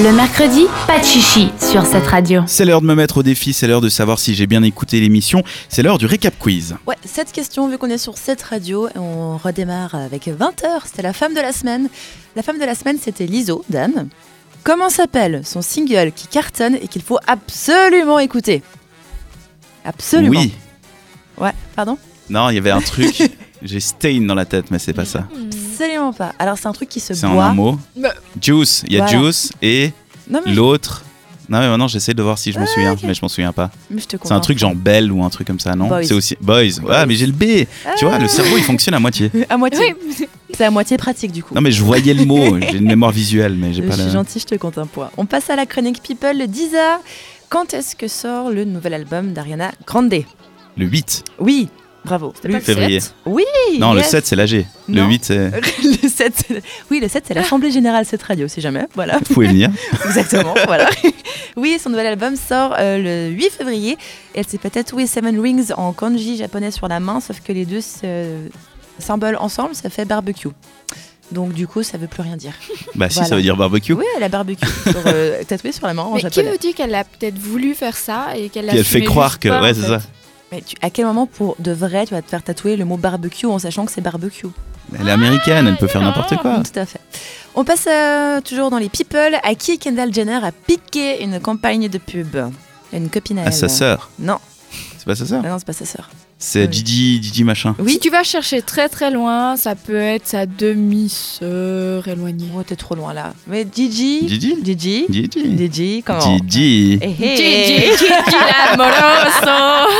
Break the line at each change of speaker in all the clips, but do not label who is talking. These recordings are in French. Le mercredi, pas de chichi sur cette radio.
C'est l'heure de me mettre au défi, c'est l'heure de savoir si j'ai bien écouté l'émission, c'est l'heure du récap quiz.
Ouais, cette question, vu qu'on est sur cette radio, on redémarre avec 20h. C'était la femme de la semaine. La femme de la semaine, c'était l'ISO, dame. Comment s'appelle son single qui cartonne et qu'il faut absolument écouter Absolument.
Oui.
Ouais, pardon
Non, il y avait un truc. j'ai Stain dans la tête, mais c'est pas ça.
Absolument pas. Alors, c'est un truc qui se
C'est en un
boit.
mot.
Bah.
Juice, il y a
Voilà.
Juice et
Non, mais,
l'autre. Non, mais maintenant j'essaie de voir si je m'en souviens,
Ah. ok.
mais je m'en souviens pas.
mais je te
C'est un
comprends.
truc genre Belle ou un truc comme ça, non
Boys. Ah.
C'est aussi Boys. Ouais,
Boys.
mais j'ai le B. Tu vois, le cerveau il fonctionne à moitié.
À moitié.
Oui,
C'est à moitié pratique, du coup.
Non, mais je voyais le mot, j'ai une mémoire visuelle, mais j'ai
Je
pas
suis
la.
gentil, je te compte un point. On passe à la chronique People, le Disa. Quand est-ce que sort le nouvel album d'Ariana Grande
Le 8
Oui, bravo. C'était pas
février.
le-
Non, le
Yes.
7 c'est l'AG. Le
Non.
8 c'est.
le 7, c'est- oui, le 7, c'est l'Assemblée Générale, cette radio, si jamais. Voilà,
Vous pouvez venir.
exactement. voilà. Oui, son nouvel album sort euh, le 8 février. Elle s'est peut tatouée Seven Rings en kanji japonais sur la main, sauf que les deux se- symboles ensemble, ça fait barbecue. Donc, du coup, ça veut plus rien dire.
Bah si, ça
Voilà.
veut dire barbecue.
Oui, elle a barbecue sur, euh, tatouée sur la main en
mais qui
japonais.
vous dit qu'elle a peut-être voulu faire ça et qu'elle l'a
Puis elle fait
assumé
croire
juste
que.
pas,
Ouais,
en
c'est
fait.
ça.
Mais tu- à quel moment, pour de vrai, tu vas te faire tatouer le mot barbecue en sachant que c'est barbecue
Elle est américaine, elle peut faire n'importe quoi.
Tout à fait. On passe euh, toujours dans les people. À qui Kendall Jenner a piqué une campagne de pub Une copine à
À
elle.
Ah, sa sœur.
Non.
C'est pas sa sœur.
Ah non, c'est pas sa sœur.
C'est
Oui.
Gigi, Gigi machin.
Oui.
Si tu vas chercher très très loin, ça peut être sa demi-sœur éloignée.
Oh, t'es trop loin là. Mais Gigi.
Gigi
Gigi.
Gigi.
Gigi, comment
Gigi.
Eh, eh,
Gigi, Gigi la Moroso.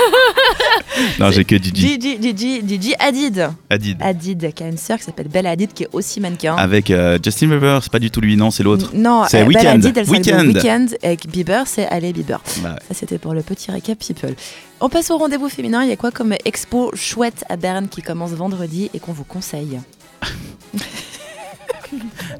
Non, j'ai que Gigi.
Gigi, Gigi, Gigi Hadid.
Hadid.
Hadid, qui a une sœur qui s'appelle Bella Hadid, qui est aussi mannequin.
Avec euh, Justin Bieber, c'est pas du tout lui, non, c'est l'autre.
Non,
C'est
euh, Bella
Weeknd.
Hadid, elle s'appelle
Weeknd.
Weeknd. Avec Bieber, c'est Allez Bieber.
Bah ouais.
Ça, c'était pour le petit récap people. On passe au rendez-vous féminin. Il y a quoi comme expo chouette à Berne qui commence vendredi et qu'on vous conseille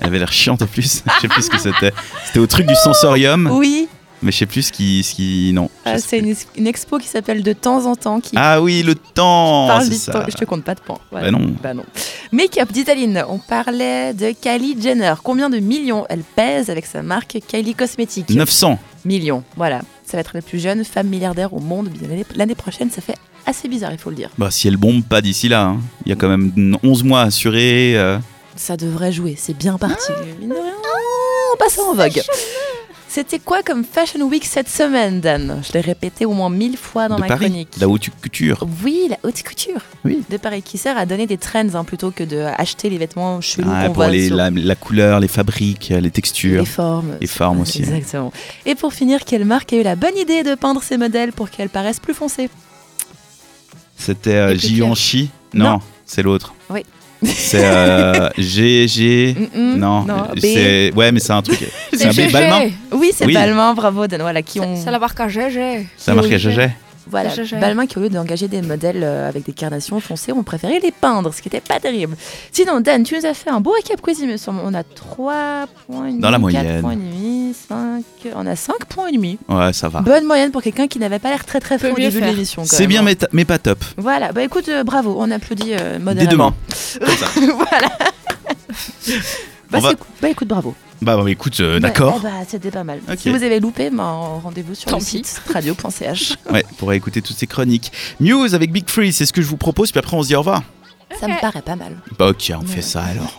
Elle avait l'air chiante en plus. je sais plus ce que c'était. C'était au truc du sensorium,
Oui,
mais je sais plus ce qui. Ce qui... Non. je
euh,
sais
c'est
plus.
une, une expo qui s'appelle De temps en temps qui
Ah oui, le temps
parle
c'est
du
ça.
temps. Je te compte pas de points. Voilà.
Bah non.
Bah non. Make-up d'Italine. On parlait de Kylie Jenner. Combien de millions elle pèse avec sa marque Kylie Cosmetics
900.
Millions. Voilà. Ça va être la plus jeune femme milliardaire au monde bien l'année- l'année prochaine. Ça fait assez bizarre, il faut le dire.
Bah si elle bombe pas d'ici là, hein. il y a quand même 11 mois assurés. euh.
Ça devrait jouer, c'est bien parti.
Ah.
Mine de rien, on passe en vogue. C'était quoi comme Fashion Week cette semaine, Dan Je l'ai répété au moins mille fois Ah, dans
de
ma
Paris,
chronique.
la haute couture.
Oui, la haute couture
Oui.
de Paris qui sert à donner des trends hein, plutôt que de acheter les vêtements chelous
Ah,
qu'on
pour
voit
les,
sur
la, la couleur, les fabriques, euh, les textures,
les formes.
les formes aussi.
Exactement. Et pour finir, quelle marque a eu la bonne idée de peindre ses modèles pour qu'elles paraissent plus foncées
C'était euh,
Et puis Pierre.
Givenchy Non,
Non.
c'est l'autre.
Oui.
C'est euh, GG.
Mm-mm,
Mm, Non,
Mm,
euh,
B.
c'est ouais, mais c'est un truc. C'est un B Balmain.
Oui, c'est
Oui.
Balmain, bravo Dan. Voilà, qui ont...
C'est la marque à GG.
Ça marque à GG.
Voilà,
Je- je-
Balmain qui au lieu d'engager des modèles euh, avec des carnations foncées, on préférait les peindre, ce qui n'était pas terrible. Sinon, Dan, tu nous as fait un beau récap quiz, il me semble. On a 3 points et demi,
Dans la
4
moyenne.
points et demi, 5... On a 5 points et demi.
Ouais, ça va.
Bonne moyenne pour quelqu'un qui n'avait pas l'air très très
Peut
fort au
mieux
début Ah. de
faire.
l'émission. quand
C'est
même,
bien,
hein.
mais, ta- mais pas top.
Voilà, bah écoute, euh, bravo, on applaudit euh,
Dès
modérément.
demain.
voilà. Bah,
On va-
c'est cou- bah, écoute, bravo.
Bah, bah, écoute, euh,
Bah,
d'accord.
eh bah, C'était pas mal.
Ok.
Si vous avez loupé, bah, rendez-vous sur
Tant
le
pis.
site radio.ch.
Ouais, pour écouter toutes ces chroniques. Muse avec Big Free, c'est ce que je vous propose. Puis après, on se dit au revoir.
Ça me paraît pas mal.
Bah, ok, on fait ça alors.